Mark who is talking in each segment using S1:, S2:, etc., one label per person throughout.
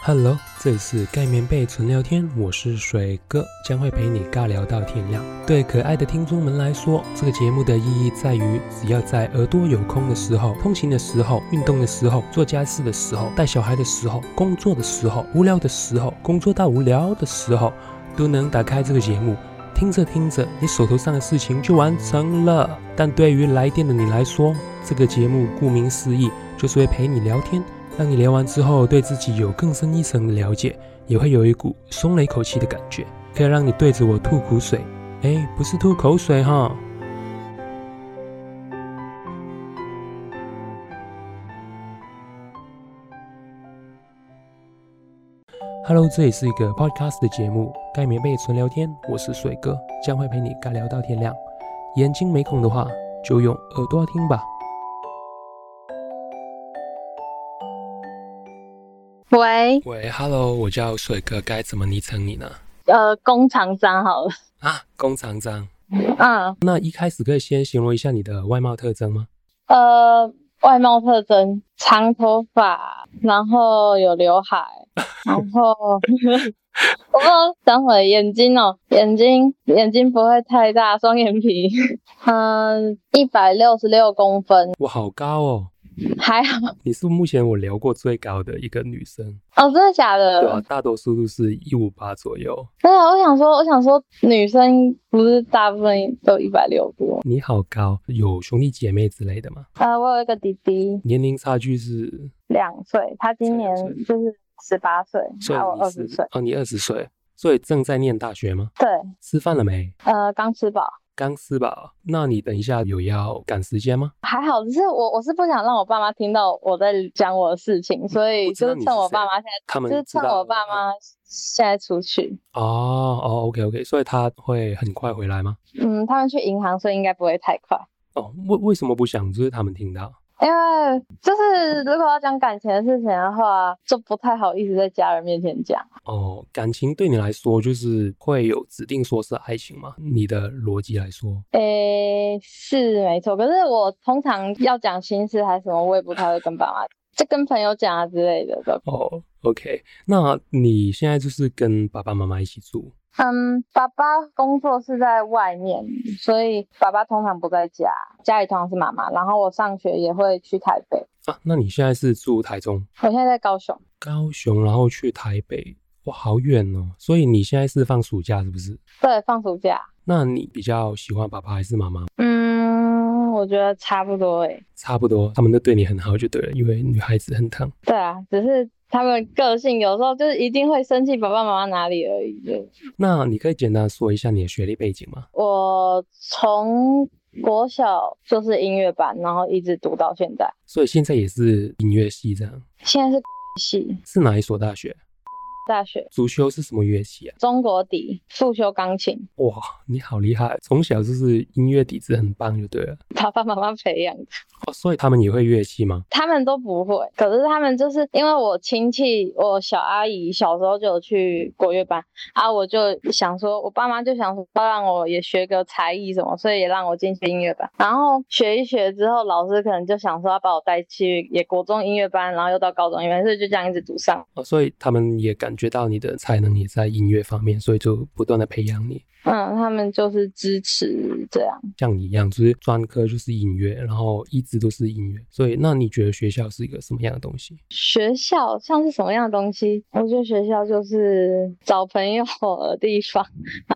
S1: Hello，这里是盖棉被纯聊天，我是水哥，将会陪你尬聊到天亮。对可爱的听众们来说，这个节目的意义在于，只要在耳朵有空的时候、通勤的时候、运动的时候、做家事的时候、带小孩的时候、工作的时候、无聊的时候、工作到无聊的时候，都能打开这个节目。听着听着，你手头上的事情就完成了。但对于来电的你来说，这个节目顾名思义就是会陪你聊天，让你聊完之后对自己有更深一层的了解，也会有一股松了一口气的感觉，可以让你对着我吐苦水。哎，不是吐口水哈。Hello，这里是一个 podcast 的节目，盖棉被纯聊天，我是水哥，将会陪你尬聊到天亮。眼睛没空的话，就用耳朵听吧。
S2: 喂，
S1: 喂，Hello，我叫水哥，该怎么昵称你呢？
S2: 呃，工厂长好了，
S1: 啊，弓长张。
S2: 嗯，
S1: 那一开始可以先形容一下你的外貌特征吗？
S2: 呃，外貌特征，长头发，然后有刘海，然后 我不知道，等会眼睛哦，眼睛眼睛不会太大，双眼皮， 嗯、1一百六十六公分，
S1: 我好高哦，
S2: 还好，
S1: 你是目前我聊过最高的一个女生，
S2: 哦，真的假
S1: 对吧、啊？
S2: 的？
S1: 大多数都是一五八左右。
S2: 真的，我想说，我想说，女生不是大部分都一百六多，
S1: 你好高，有兄弟姐妹之类的吗？
S2: 呃，我有一个弟弟，
S1: 年龄差距是，
S2: 两岁，他今年
S1: 才两岁
S2: 就是十八岁，
S1: 所以
S2: 还有
S1: 你
S2: 二
S1: 是
S2: 十岁。
S1: 哦，你二十岁，所以正在念大学吗？
S2: 对，
S1: 吃饭了没？
S2: 呃，刚吃饱，
S1: 刚吃饱。那你等一下有要赶时间吗？
S2: 还好。只是我我是不想让我爸妈听到我在讲我的事情，所以
S1: 我知
S2: 就
S1: 道
S2: 是
S1: 你
S2: 趁
S1: 是
S2: 我
S1: 谁
S2: 爸妈现在，
S1: 他们
S2: 就是
S1: 知
S2: 趁
S1: 道
S2: 我爸
S1: 了吗嗯
S2: 妈现在出去，
S1: 哦哦，OK OK，所以他会很快回来吗？
S2: 嗯，他们去银行，所以应该不会太快。
S1: 哦，为为什么不想？就是他们听到。
S2: 因为就是如果要讲感情的事情的话，就不太好意思在家人面前讲。
S1: 哦，感情对你来说就是会有指定说是爱情吗？你的逻辑来说，
S2: 诶，是没错，可是我通常要讲心事还是什么，我也不太会跟爸妈，就跟朋友讲啊之类的都
S1: 哦，OK，那你现在就是跟爸爸妈妈一起住，
S2: 嗯，爸爸工作是在外面，所以爸爸通常不在家，家里通常是妈妈。然后我上学也会去台北，
S1: 啊？那你现在是住台中、
S2: 我现在在高雄。
S1: 高雄，然后去台北，哇，好远哦！所以你现在是放暑假是不是？
S2: 对，放暑假，
S1: 那你比较喜欢爸爸还是妈妈？
S2: 嗯，我觉得差不多欸诶。
S1: 差不多，他们都对你很好就对了，因为女孩子很疼。
S2: 对啊，只是他们个性有时候就是一定会生气爸爸妈妈哪里而已。就
S1: 那你可以简单说一下你的学历背景吗？
S2: 我从国小就是音乐班，然后一直读到现在，
S1: 所以现在也是音乐系这样，
S2: 现在是 系
S1: 是哪一所大学？
S2: 大学
S1: 主修是什么乐器啊？
S2: 中国笛，复修钢琴，
S1: 哇，你好厉害！从小就是音乐底子很棒就对了。
S2: 爸爸妈妈培养的。
S1: 哦，所以他们也会乐器吗？
S2: 他们都不会，可是他们就是因为我亲戚，我小阿姨小时候就有去国乐班啊，我就想说，我爸妈就想说要让我也学个才艺什么，所以也让我进去音乐班。然后学一学之后，老师可能就想说要把我带去也国中音乐班，然后又到高中音乐班，所以就这样一直读上。
S1: 哦，所以他们也感觉到你的才能也在音乐方面，所以就不断的培养你，
S2: 嗯，他们就是支持这样。
S1: 像你一样，就是专科就是音乐，然后一直都是音乐。所以，那你觉得学校是一个什么样的东西？
S2: 学校像是什么样的东西？我觉得学校就是找朋友的地方，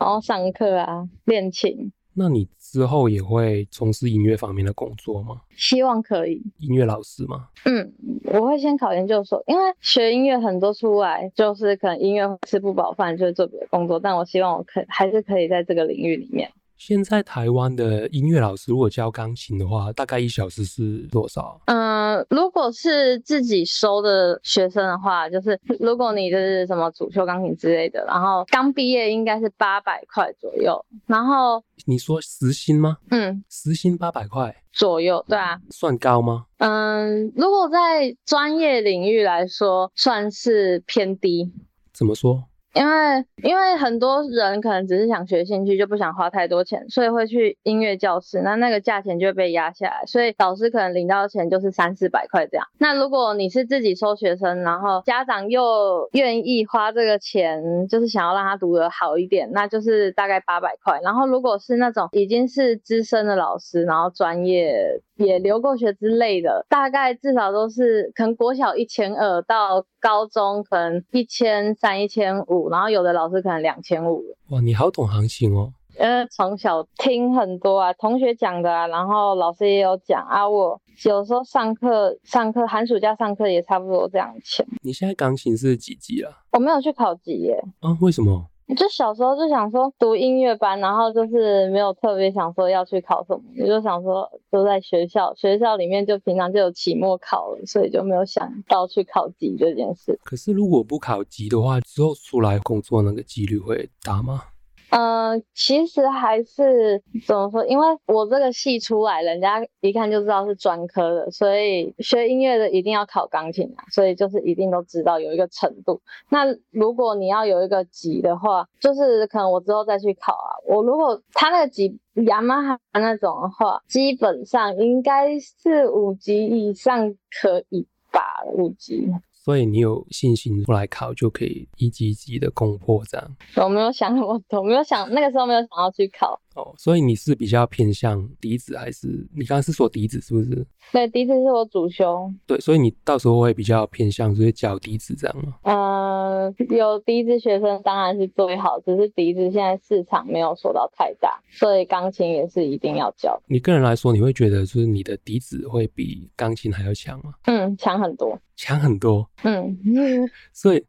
S2: 然后上课啊，练琴，
S1: 那你之后也会从事音乐方面的工作吗？
S2: 希望可以。
S1: 音乐老师吗？
S2: 嗯，我会先考研究所，因为学音乐很多出来就是可能音乐吃不饱饭，就会做别的工作。但我希望我可还是可以在这个领域里面。
S1: 现在台湾的音乐老师如果教钢琴的话，大概一小时是多少啊？
S2: 嗯，如果是自己收的学生的话，就是如果你就是什么主修钢琴之类的，然后刚毕业应该是八百块左右，然后
S1: 你说时薪吗？
S2: 嗯
S1: 时薪八百块，
S2: 左右，对啊。
S1: 算高吗？
S2: 嗯，如果在专业领域来说，算是偏低，
S1: 怎么说？
S2: 因为因为很多人可能只是想学兴趣，就不想花太多钱，所以会去音乐教室，那那个价钱就会被压下来，所以老师可能领到的钱就是三四百块这样。那如果你是自己收学生，然后家长又愿意花这个钱，就是想要让他读得好一点，那就是大概八百块。然后如果是那种已经是资深的老师，然后专业也留过学之类的，大概至少都是可能国小一千二到高中可能一千三、一千五，然后有的老师可能两千五。
S1: 哇，你好懂行情哦。
S2: 呃，从小听很多啊，同学讲的啊，然后老师也有讲啊。我有时候上课上课，寒暑假上课也差不多这样钱。
S1: 你现在钢琴是几级了？
S2: 我没有去考级耶，
S1: 啊，为什么？
S2: 就小时候就想说读音乐班，然后就是没有特别想说要去考什么，你就想说都在学校，学校里面就平常就有期末考了，所以就没有想到去考级这件事。
S1: 可是如果不考级的话，之后出来工作那个几率会大吗？
S2: 嗯，其实还是怎么说？因为我这个系出来，人家一看就知道是专科的，所以学音乐的一定要考钢琴啊，所以就是一定都知道有一个程度。那如果你要有一个级的话，就是可能我之后再去考啊。我如果他那个级雅马哈那种的话，基本上应该是五级以上可以吧，五级。
S1: 所以你有信心出来考就可以一级一级的攻破这样
S2: 我没有想那么多，没有想那个时候没有想要去考。
S1: 哦。所以你是比较偏向笛子还是你刚刚是说笛子是不是？
S2: 对，笛子是我主修，
S1: 对，所以你到时候会比较偏向就是教笛子这样吗？
S2: 呃，有笛子学生当然是最好，只是笛子现在市场没有说到太大，所以钢琴也是一定要教。
S1: 你个人来说，你会觉得就是你的笛子会比钢琴还要强吗？
S2: 嗯，强很多。
S1: 强很多，
S2: 嗯，
S1: 所以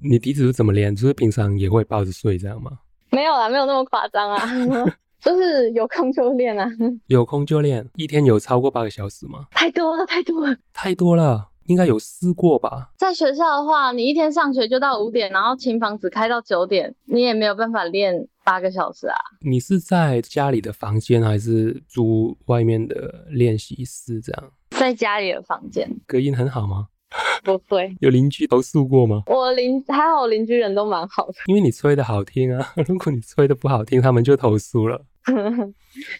S1: 你笛子是怎么练？就是平常也会抱着睡这样吗？
S2: 没有啦，没有那么夸张啊， 就是有空就练啊。
S1: 有空就练，一天有超过八个小时吗？
S2: 太多了，太多了。
S1: 太多了，应该有试过吧？
S2: 在学校的话，你一天上学就到五点，然后琴房只开到九点，你也没有办法练八个小时啊。
S1: 你是在家里的房间还是租外面的练习室？这样
S2: 在家里的房间
S1: 隔音很好吗？
S2: 不会，
S1: 有邻居投诉过吗？
S2: 我邻还好，我邻居人都蛮好的。
S1: 因为你吹的好听啊， 如果你吹的不好听，他们就投诉了。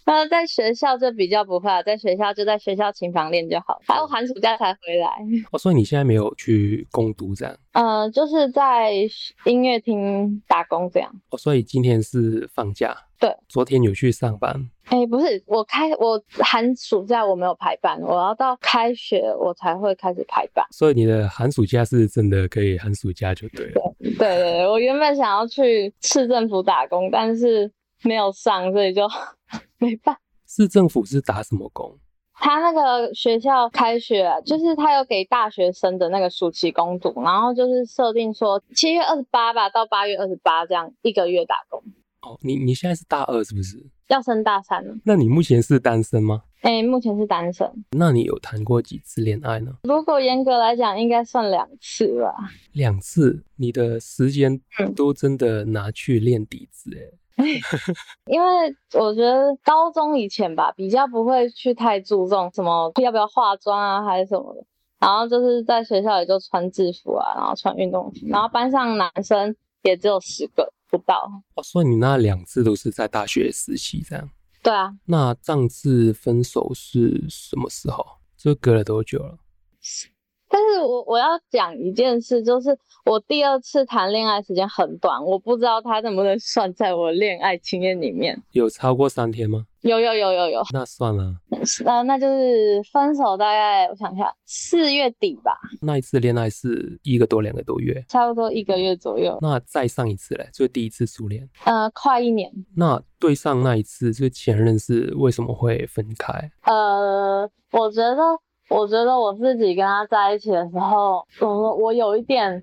S2: 那在学校就比较不会啊，在学校就在学校琴房练就好，还有寒暑假才回来。
S1: 哦，所以你现在没有去攻读这样。
S2: 呃，就是在音乐厅打工这样。
S1: 哦，所以今天是放假。
S2: 对，
S1: 昨天有去上班。
S2: 哎，不是，我开我寒暑假我没有排班，我要到开学我才会开始排班。
S1: 所以你的寒暑假是真的可以寒暑假就对了。
S2: 对对对，我原本想要去市政府打工，但是没有上，所以就 没办法。
S1: 市政府是打什么工？
S2: 他那个学校开学啊、就是他有给大学生的那个暑期工读，然后就是设定说七月二十八吧到八月二十八这样一个月打工，
S1: 哦，你你现在是大二是不是？
S2: 要升大三了。
S1: 那你目前是单身吗？
S2: 哎、目前是单身，
S1: 那你有谈过几次恋爱呢？
S2: 如果严格来讲，应该算两次吧。
S1: 两次，你的时间
S2: 嗯
S1: 都真的拿去练笛子欸诶。
S2: 因为我觉得高中以前吧，比较不会去太注重什么要不要化妆啊，还是什么的。然后就是在学校也就穿制服啊，然后穿运动服，然后班上男生也只有十个不到。
S1: 哦，所以你那两次都是在大学时期这样。
S2: 对啊，
S1: 那上次分手是什么时候？就隔了多久了？
S2: 但是我我要讲一件事，就是我第二次谈恋爱时间很短，我不知道它能不能算在我恋爱经验里面。
S1: 有超过三天吗？
S2: 有有有有有，
S1: 那算了，
S2: 呃，那就是分手大概我想一下，四月底吧，
S1: 那一次恋爱是一个多两个多月。
S2: 差不多一个月左右，
S1: 那再上一次嘞，就第一次初恋。
S2: 呃，快一年。
S1: 那对上那一次，就前任是为什么会分开？
S2: 呃，我觉得，我觉得我自己跟他在一起的时候，我我有一点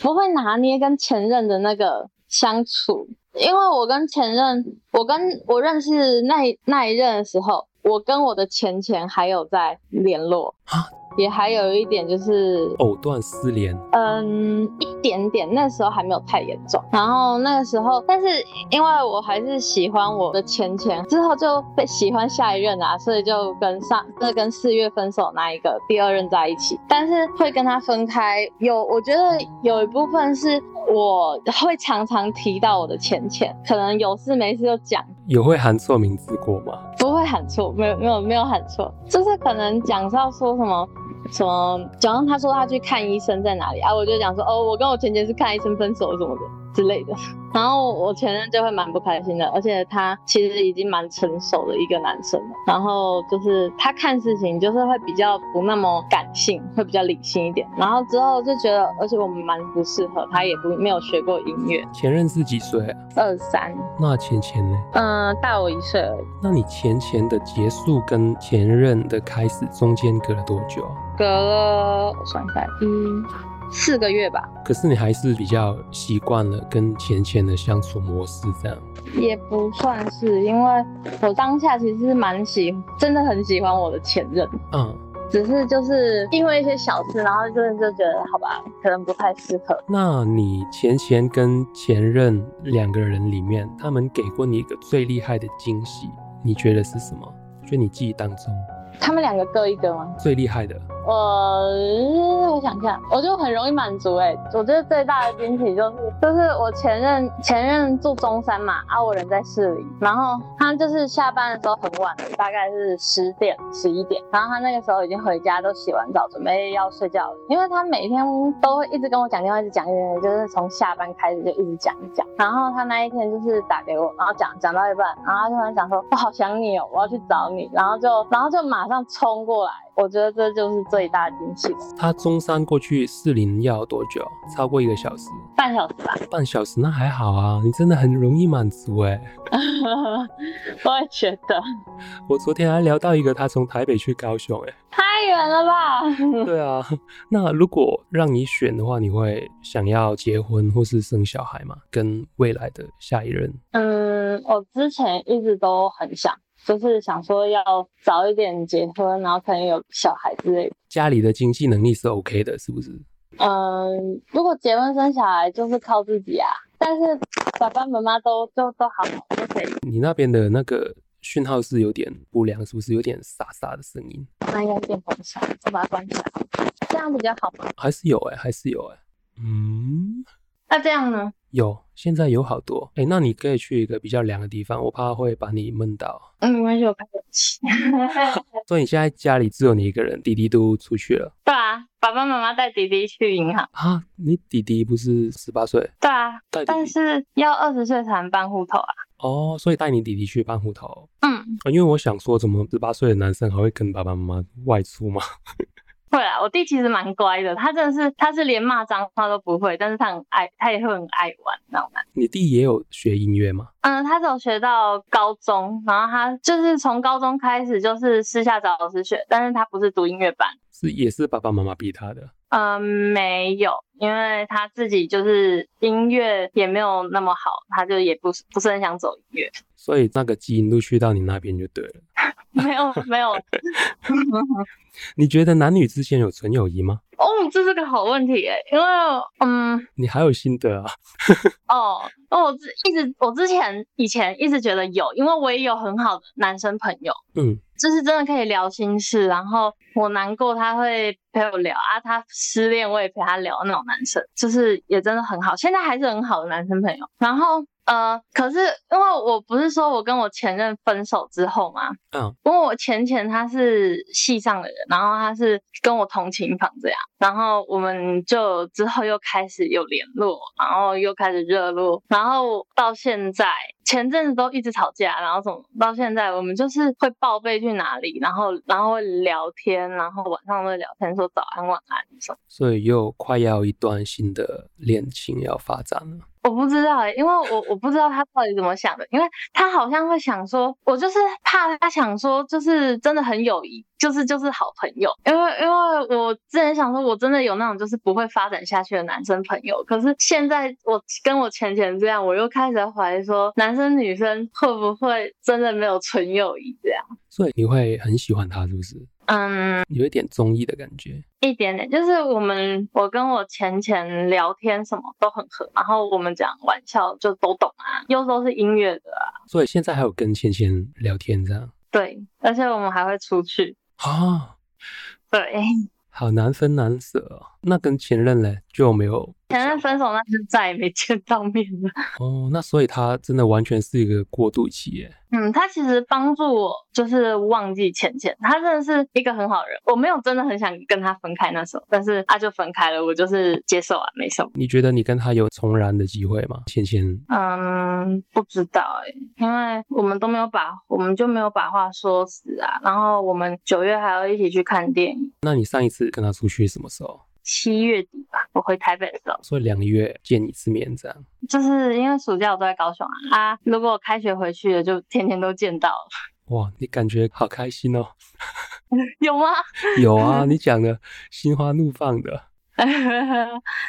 S2: 不会拿捏跟前任的那个相处，因为我跟前任，我跟我认识那一那一任的时候，我跟我的前前还有在联络
S1: 啊，
S2: 也还有一点就是
S1: 藕断丝连。
S2: 嗯，一点点，那时候还没有太严重。然后那个时候，但是因为我还是喜欢我的前前，之后就被喜欢下一任啊，所以就跟上，就是跟四月分手那一个第二任在一起。但是会跟他分开，有我觉得有一部分是我会常常提到我的浅浅，可能有事没事就讲，
S1: 有会喊错名字过吗？
S2: 不会喊错，没有没有没有喊错，就是可能讲到说什么什么，讲到他说他去看医生在哪里啊，我就讲说哦，我跟我前前是看医生分手什么的之类的，然后我前任就会蛮不开心的，而且他其实已经蛮成熟的一个男生了，然后就是他看事情就是会比较不那么感性，会比较理性一点，然后之后就觉得，而且我们蛮不适合，他也不没有学过音乐，
S1: 前任是几岁啊？
S2: 二三，
S1: 那浅浅呢？
S2: 嗯，大我一岁而已，
S1: 那你前前的结束跟前任的开始中间隔了多久啊？
S2: 隔了我算一下，嗯，四个月吧。
S1: 可是你还是比较习惯了跟前前的相处模式这样。
S2: 也不算是，因为我当下其实是蛮喜，真的很喜欢我的前任，
S1: 嗯，
S2: 只是就是因为一些小事，然后就是就觉得好吧，可能不太适合。
S1: 那你前前跟前任两个人里面，他们给过你一个最厉害的惊喜，你觉得是什么？就你记忆当中
S2: 他们两个各一个吗？
S1: 最厉害的，
S2: 我呃我想一下，我就很容易满足哎、我觉得最大的惊喜就是，就是我前任前任住中山嘛，啊我人在市里，然后他就是下班的时候很晚了，大概是十点十一点，然后他那个时候已经回家都洗完澡，准备要睡觉了，因为他每天都会一直跟我讲电话，一直讲一直讲，就是从下班开始就一直讲一直讲，然后他那一天就是打给我，然后讲讲到一半，然后他突然讲说我好想你哦，我要去找你，然后就然后就马上冲过来。我觉得这就是最大的惊喜，
S1: 他中山过去士林要多久？超过一个小时，
S2: 半小时吧。
S1: 半小时那还好啊，你真的很容易满足哎、
S2: 我也觉得
S1: 我昨天还聊到一个他从台北去高雄哎、
S2: 太远了吧？
S1: 对啊，那如果让你选的话，你会想要结婚或是生小孩吗？跟未来的下一任？
S2: 嗯，我之前一直都很想，就是想说要早一点结婚，然后可能有小孩之类的。
S1: 家里的经济能力是 OK 的，是不是？
S2: 嗯，如果结婚生小孩就是靠自己啊，但是爸爸妈妈都都都好好都可以，
S1: 你那边的那个讯号是有点不良，是不是有点沙沙的声音？
S2: 那应该电风扇，我把它关起来，这样比较好吗？
S1: 还是有哎、还是有哎、嗯，
S2: 那这样呢？
S1: 有，现在有好多哎、那你可以去一个比较凉的地方，我怕会把你闷到。
S2: 嗯，没关系，我开冷气。
S1: 所以你现在家里只有你一个人，弟弟都出去了
S2: 对啊，爸爸妈妈带弟弟去银行。
S1: 啊？你弟弟不是十八岁
S2: 对啊，
S1: 带弟
S2: 但
S1: 弟
S2: 是要二十岁才能办户头啊。
S1: 哦，所以带你弟弟去办户头
S2: 嗯，
S1: 啊，因为我想说，怎么十八岁的男生还会跟爸爸妈妈外出吗？
S2: 会啊，我弟其实蛮乖的，他真的是，他是连骂脏话都不会，但是他很爱，他也会很爱玩那种男。
S1: 你弟也有学音乐吗？
S2: 嗯，他只有学到高中，然后他就是从高中开始就是私下找老师学，但是他不是读音乐班。
S1: 是也是爸爸妈妈逼他的。
S2: 嗯，没有，因为他自己就是音乐也没有那么好，他就也不是不是很想走音乐，
S1: 所以那个基因都去到你那边就对了。
S2: 没有没有，
S1: 你觉得男女之间有纯友谊吗？
S2: 哦，这是个好问题诶，因为嗯，
S1: 你还有心得啊？
S2: 哦，那我之一直我之前以前一直觉得有，因为我也有很好的男生朋友，
S1: 嗯，
S2: 就是真的可以聊心事，然后我难过他会陪我聊啊，他失恋我也陪他聊那种男生，就是也真的很好，现在还是很好的男生朋友。然后呃，可是因为我不是说我跟我前任分手之后嘛，
S1: 嗯，
S2: 因为我前前他是系上的人，然后他是跟我同琴房这样，然后我们就之后又开始有联络，然后又开始热络，然后到现在前阵子都一直吵架，然后从到现在我们就是会报备去哪里，然后然后会聊天，然后晚上会聊天说早安晚安什么。
S1: 所以又快要一段新的恋情要发展了。
S2: 我不知道、欸，因为我我不知道他到底怎么想的，因为他好像会想说，我就是怕他想说，就是真的很友谊，就是就是好朋友，因为因为我之前想说，我真的有那种就是不会发展下去的男生朋友，可是现在我跟我前前这样，我又开始在怀疑说，男生女生会不会真的没有纯友谊这样？
S1: 所以你会很喜欢他，是不是？
S2: 嗯，
S1: 有一点中意的感觉。
S2: 一点点，就是我们我跟我前前聊天什么都很合，然后我们讲玩笑就都懂啊，又都是音乐的啊，
S1: 所以现在还有跟芊芊聊天这样
S2: 对，而且我们还会出去，
S1: 啊？
S2: 对，
S1: 好难分难舍哦。那跟前任嘞就没有
S2: 前任分手那就再也没见到面 了。
S1: 哦，那所以他真的完全是一个过渡期耶。
S2: 嗯，他其实帮助我就是忘记浅浅，他真的是一个很好人。我没有真的很想跟他分开那时候，但是他就分开了，我就是接受啊，没什么。
S1: 你觉得你跟他有重燃的机会吗？芊芊，
S2: 嗯，不知道哎、因为我们都没有把，我们就没有把话说死啊。然后我们九月还要一起去看电影，
S1: 那你上一次跟他出去什么时候？
S2: 七月底吧，我回台北的时候，
S1: 所以两个月见一次面这样。
S2: 就是因为暑假我都在高雄啊。啊，如果我开学回去了，就天天都见到了，
S1: 哇，你感觉好开心哦！
S2: 有吗？
S1: 有啊，你讲的心花怒放的。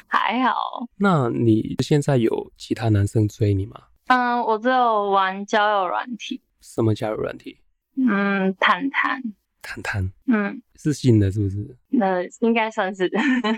S2: 还好，
S1: 那你现在有其他男生追你吗？
S2: 嗯，我只有玩交友软体，
S1: 什么交友软体？
S2: 嗯，探探，
S1: 探探
S2: 嗯，
S1: 是新的，是不是？
S2: 那应该算是，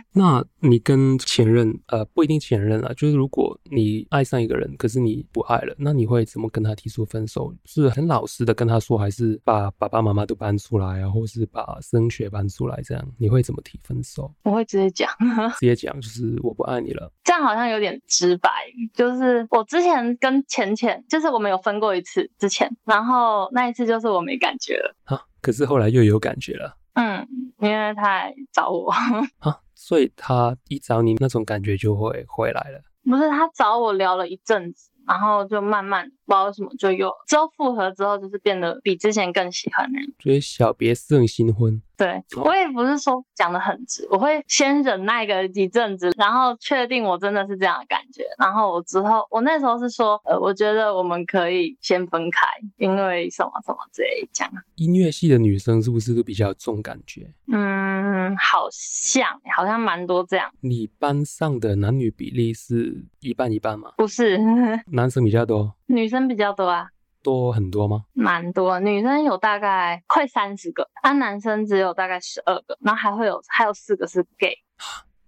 S1: 那你跟前任，呃，不一定前任啊，就是如果你爱上一个人，可是你不爱了，那你会怎么跟他提出分手？是很老实的跟他说，还是把爸爸妈妈都搬出来啊，或是把升学搬出来这样？你会怎么提分手？
S2: 我会直接讲。
S1: 直接讲就是我不爱你了。
S2: 这样好像有点直白，就是我之前跟浅浅，就是我们有分过一次之前，然后那一次就是我没感觉了，
S1: 啊，可是后来又有感觉了
S2: 嗯，因为他来找我，
S1: 啊，所以他一找你那种感觉就会回来了。
S2: 不是他找我聊了一阵子，然后就慢慢不知道为什么就又之后复合之后就是变得比之前更喜欢人，
S1: 所以小别胜新婚，
S2: 对
S1: 哦
S2: 我也不是说讲的很直，我会先忍耐个一阵子，然后确定我真的是这样的感觉，然后我之后我那时候是说，呃，我觉得我们可以先分开，因为什么什么之类这样。
S1: 音乐系的女生是不是都比较重感觉？
S2: 嗯，好像好像蛮多这样，
S1: 你班上的男女比例是一半一半吗？
S2: 不是
S1: 男生比较多，
S2: 女生比较多啊，
S1: 多很多吗？
S2: 蛮多，女生有大概快三十个，啊，男生只有大概十二个，然后还会有还有四个是 gay，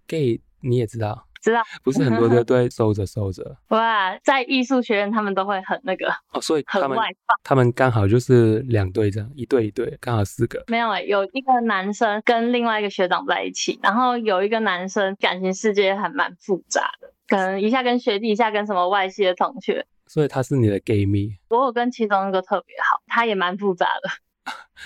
S1: gay 你也知道，
S2: 知道
S1: 不是很多 的对，收着收着
S2: 哇，在艺术学院他们都会很那个
S1: 哦，所以
S2: 很
S1: 他们
S2: 外放，
S1: 他们刚好就是两队这样，一队一队，刚好四个，
S2: 没有欸有一个男生跟另外一个学长在一起，然后有一个男生感情世界还蛮复杂的，可能一下跟学弟，一下跟什么外系的同学，
S1: 所以他是你的 gay 蜜。
S2: 我有跟其中一个特别好，他也蛮复杂的。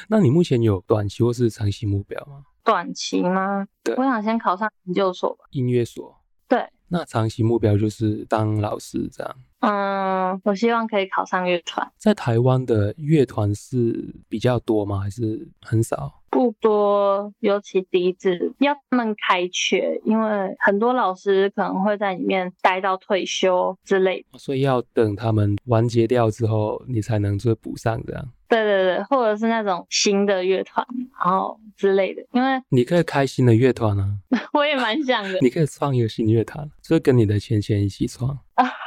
S1: 那你目前有短期或是长期目标吗？
S2: 短期吗？
S1: 对
S2: 我想先考上研究所吧。
S1: 音乐所。
S2: 对。
S1: 那长期目标就是当老师这样。
S2: 嗯，我希望可以考上乐团，
S1: 在台湾的乐团是比较多吗？还是很少？
S2: 不多，尤其笛子要他们开缺，因为很多老师可能会在里面待到退休之类的。
S1: 所以要等他们完结掉之后，你才能就补上这样。
S2: 对对对，或者是那种新的乐团，然后之类的。因为
S1: 你可以开新的乐团啊，
S2: 我也蛮想的，
S1: 你可以创一个新乐团，就跟你的钱钱一起创。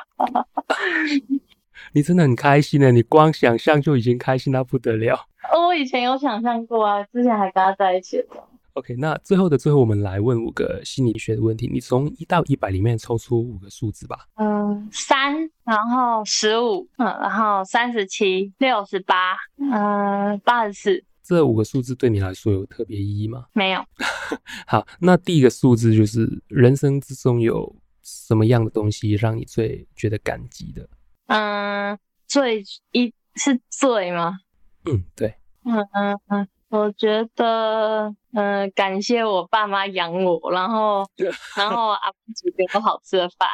S1: 你真的很开心欸的，你光想象就已经开心到不得了。
S2: 哦我以前有想象过啊，之前还跟他在一起的时候。
S1: OK，那最后的最后，我们来问五个心理学的问题，你从一到一百里面抽出五个数字吧。
S2: 嗯，三，然后十五，嗯，然后三十七，六十八，嗯，八十四，
S1: 这五个数字对你来说有特别意义吗？
S2: 没有，
S1: 好，那第一个数字就是人生之中有什么样的东西让你最觉得感激的？
S2: 嗯，最一是最吗？
S1: 嗯，对，
S2: 嗯嗯嗯，我觉得，嗯，感谢我爸妈养我，然后然后阿公煮给我好吃的饭，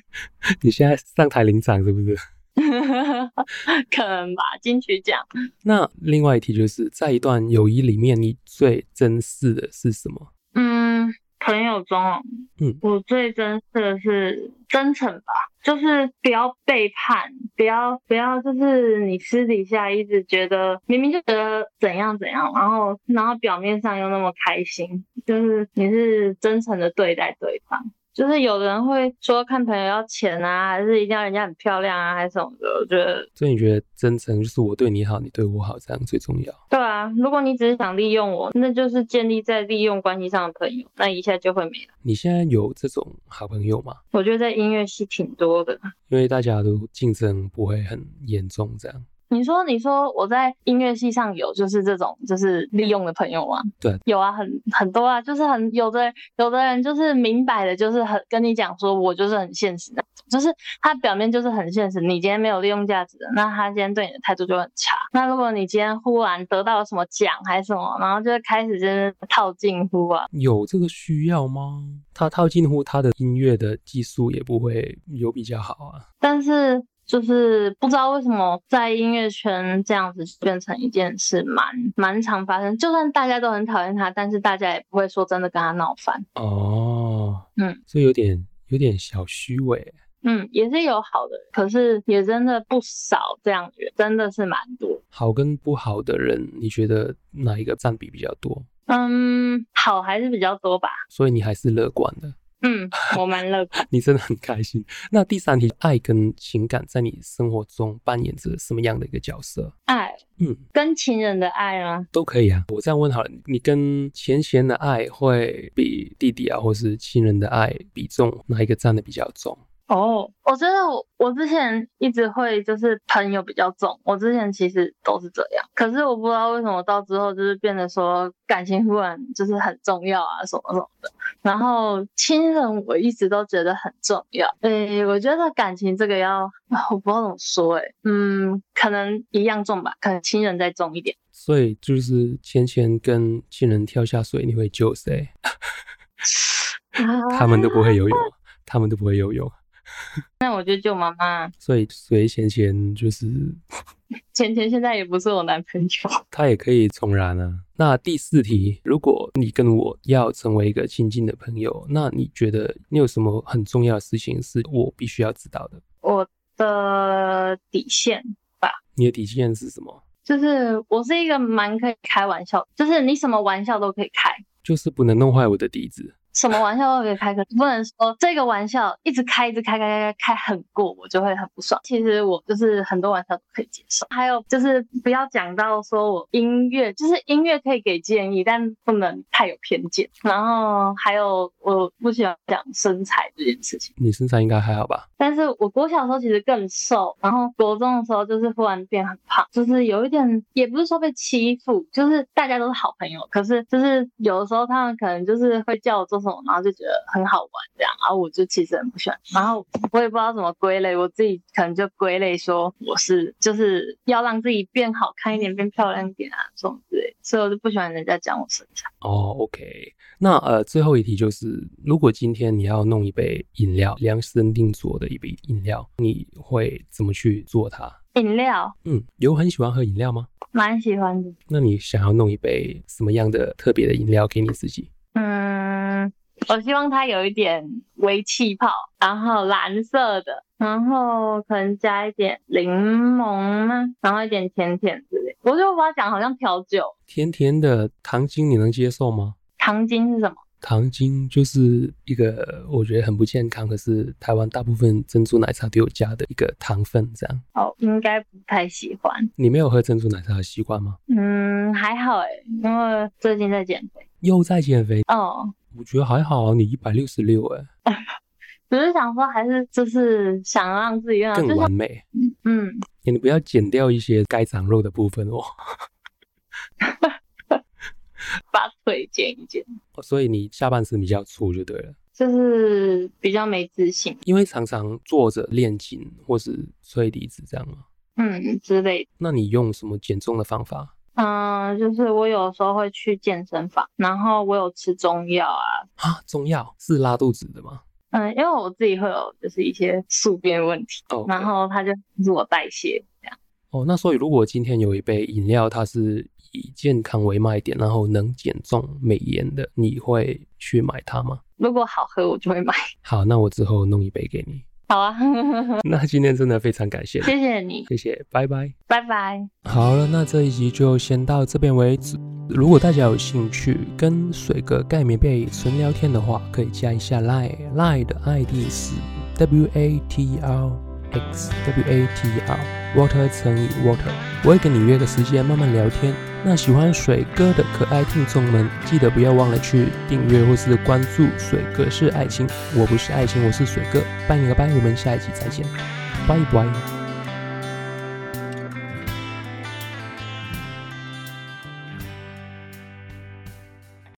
S1: 你现在上台领奖是不是？
S2: 可能吧，金曲奖，
S1: 那另外一题就是在一段友谊里面，你最珍视的是什么？
S2: 嗯，朋友中哦，
S1: 嗯
S2: 我最珍视的是真诚吧，就是不要背叛，不要不要，就是你私底下一直觉得明明就觉得怎样怎样，然后然后表面上又那么开心，就是你是真诚的对待对方。就是有的人会说看朋友要钱啊，还是一定要人家很漂亮啊，还是什么的。我觉得
S1: 所以你觉得真诚就是我对你好，你对我好，这样最重要。
S2: 对啊，如果你只是想利用我，那就是建立在利用关系上的朋友，那一下就会没了。
S1: 你现在有这种好朋友吗？
S2: 我觉得在音乐系挺多的，
S1: 因为大家都竞争不会很严重，这样。
S2: 你说，你说我在音乐系上有就是这种就是利用的朋友吗？
S1: 对，
S2: 有啊，很很多啊，就是很有的有的人就是明摆的，就是很跟你讲说我就是很现实的，就是他表面就是很现实，你今天没有利用价值的，那他今天对你的态度就很差。那如果你今天忽然得到了什么奖还是什么，然后就会开始就是套近乎啊，
S1: 有这个需要吗？他套近乎，他的音乐的技术也不会有比较好啊。
S2: 但是就是不知道为什么在音乐圈这样子变成一件事蛮蛮常发生。就算大家都很讨厌他，但是大家也不会说真的跟他闹翻。
S1: 哦，
S2: 嗯，
S1: 所以有点有点小虚伪。
S2: 嗯，也是有好的，可是也真的不少这样的人，真的是蛮多。
S1: 好跟不好的人，你觉得哪一个占比比较多？
S2: 嗯，好还是比较多吧。
S1: 所以你还是乐观的，
S2: 嗯，我蛮乐观。
S1: 你真的很开心。那第三题，爱跟情感在你生活中扮演着什么样的一个角色？
S2: 爱
S1: 嗯，
S2: 跟情人的爱吗？
S1: 都可以啊。我这样问好了，你跟前贤的爱会比弟弟啊，或是亲人的爱比重哪一个占的比较重？
S2: 哦，我觉得我我之前一直会就是朋友比较重，我之前其实都是这样，可是我不知道为什么到之后就是变得说感情忽然就是很重要啊什么什么的，然后亲人我一直都觉得很重要，诶，我觉得感情这个要啊我不知道怎么说、诶，嗯，可能一样重吧，可能亲人再重一点。
S1: 所以就是芊芊跟亲人跳下水，你会救谁？ 他们都不会游泳，啊他们都不会游泳，啊
S2: 那我就救妈妈。
S1: 所以所以芊芊就是
S2: 钱钱现在也不是我男朋友。
S1: 他也可以重燃啊。那第四题，如果你跟我要成为一个亲近的朋友，那你觉得你有什么很重要的事情是我必须要知道的？
S2: 我的底线
S1: 你的底线是什么？
S2: 就是我是一个蛮可以开玩笑，就是你什么玩笑都可以开，
S1: 就是不能弄坏我的底子。
S2: 什么玩笑都可以开，可是不能说这个玩笑一直开，一直开，开开开开很过，我就会很不爽。其实我就是很多玩笑都可以接受，还有就是不要讲到说我音乐，就是音乐可以给建议，但不能太有偏见。然后还有我不喜欢讲身材这件事情。
S1: 你身材应该还好吧？
S2: 但是我国小的时候其实更瘦，然后国中的时候就是忽然变很胖，就是有一点也不是说被欺负，就是大家都是好朋友，可是就是有的时候他们可能就是会叫我做什么，然后就觉得很好玩这样，然后我就其实很不喜欢，然后我也不知道怎么归类，我自己可能就归类说我是就是要让自己变好看一点、变漂亮一点啊这种之类的，所以我就不喜欢人家讲我身材。
S1: 哦，OK，那呃，最后一题就是，如果今天你要弄一杯饮料，量身定做的一杯饮料，你会怎么去做它？
S2: 饮料
S1: 嗯，有很喜欢喝饮料吗？
S2: 蛮喜欢的，
S1: 那你想要弄一杯什么样的特别的饮料给你自己？
S2: 嗯，我希望它有一点微气泡，然后蓝色的，然后可能加一点柠檬吗？然后一点甜甜之类。我就把它讲好像调酒，
S1: 甜甜的糖精你能接受吗？
S2: 糖精是什么？
S1: 糖精就是一个我觉得很不健康，可是台湾大部分珍珠奶茶都有加的一个糖分。这样，
S2: 哦，应该不太喜欢。
S1: 你没有喝珍珠奶茶的习惯吗？
S2: 嗯，还好诶，因为最近在减肥。
S1: 又在减肥，
S2: 哦，
S1: 我觉得还好啊，你一百六十六哎，
S2: 只是想说，还是就是想让自己变得，
S1: 更
S2: 就像
S1: 完美。
S2: 嗯，
S1: 你不要减掉一些该长肉的部分哦。
S2: 把腿减一减，
S1: 所以你下半身比较粗就对了。
S2: 就是比较没自信，
S1: 因为常常坐着练琴或是吹笛子这样嘛。
S2: 嗯之类的。
S1: 那你用什么减重的方法？
S2: 嗯，就是我有时候会去健身房，然后我有吃中药啊，
S1: 啊，中药是拉肚子的吗？
S2: 嗯，因为我自己会有就是一些宿便问题，
S1: 哦，
S2: 然后它就自我代谢这样。
S1: 哦，那所以如果今天有一杯饮料，它是以健康为卖点，然后能减重美颜的，你会去买它吗？
S2: 如果好喝，我就会买。
S1: 好，那我之后弄一杯给你。
S2: 好啊，
S1: 那今天真的非常感谢，
S2: 谢谢你，
S1: 谢谢，拜拜。
S2: 拜拜。
S1: 好了，那这一集就先到这边为止。如果大家有兴趣跟水哥盖棉被纯聊天的话，可以加一下 Line，Line 的 ID 是 W A T R X W A T R Water 乘以 Water。我会跟你约个时间慢慢聊天。那喜欢水哥的可爱听众们，记得不要忘了去订阅或是关注水哥是爱情，我不是爱情，我是水哥。拜你个拜，我们下一集再见，拜拜。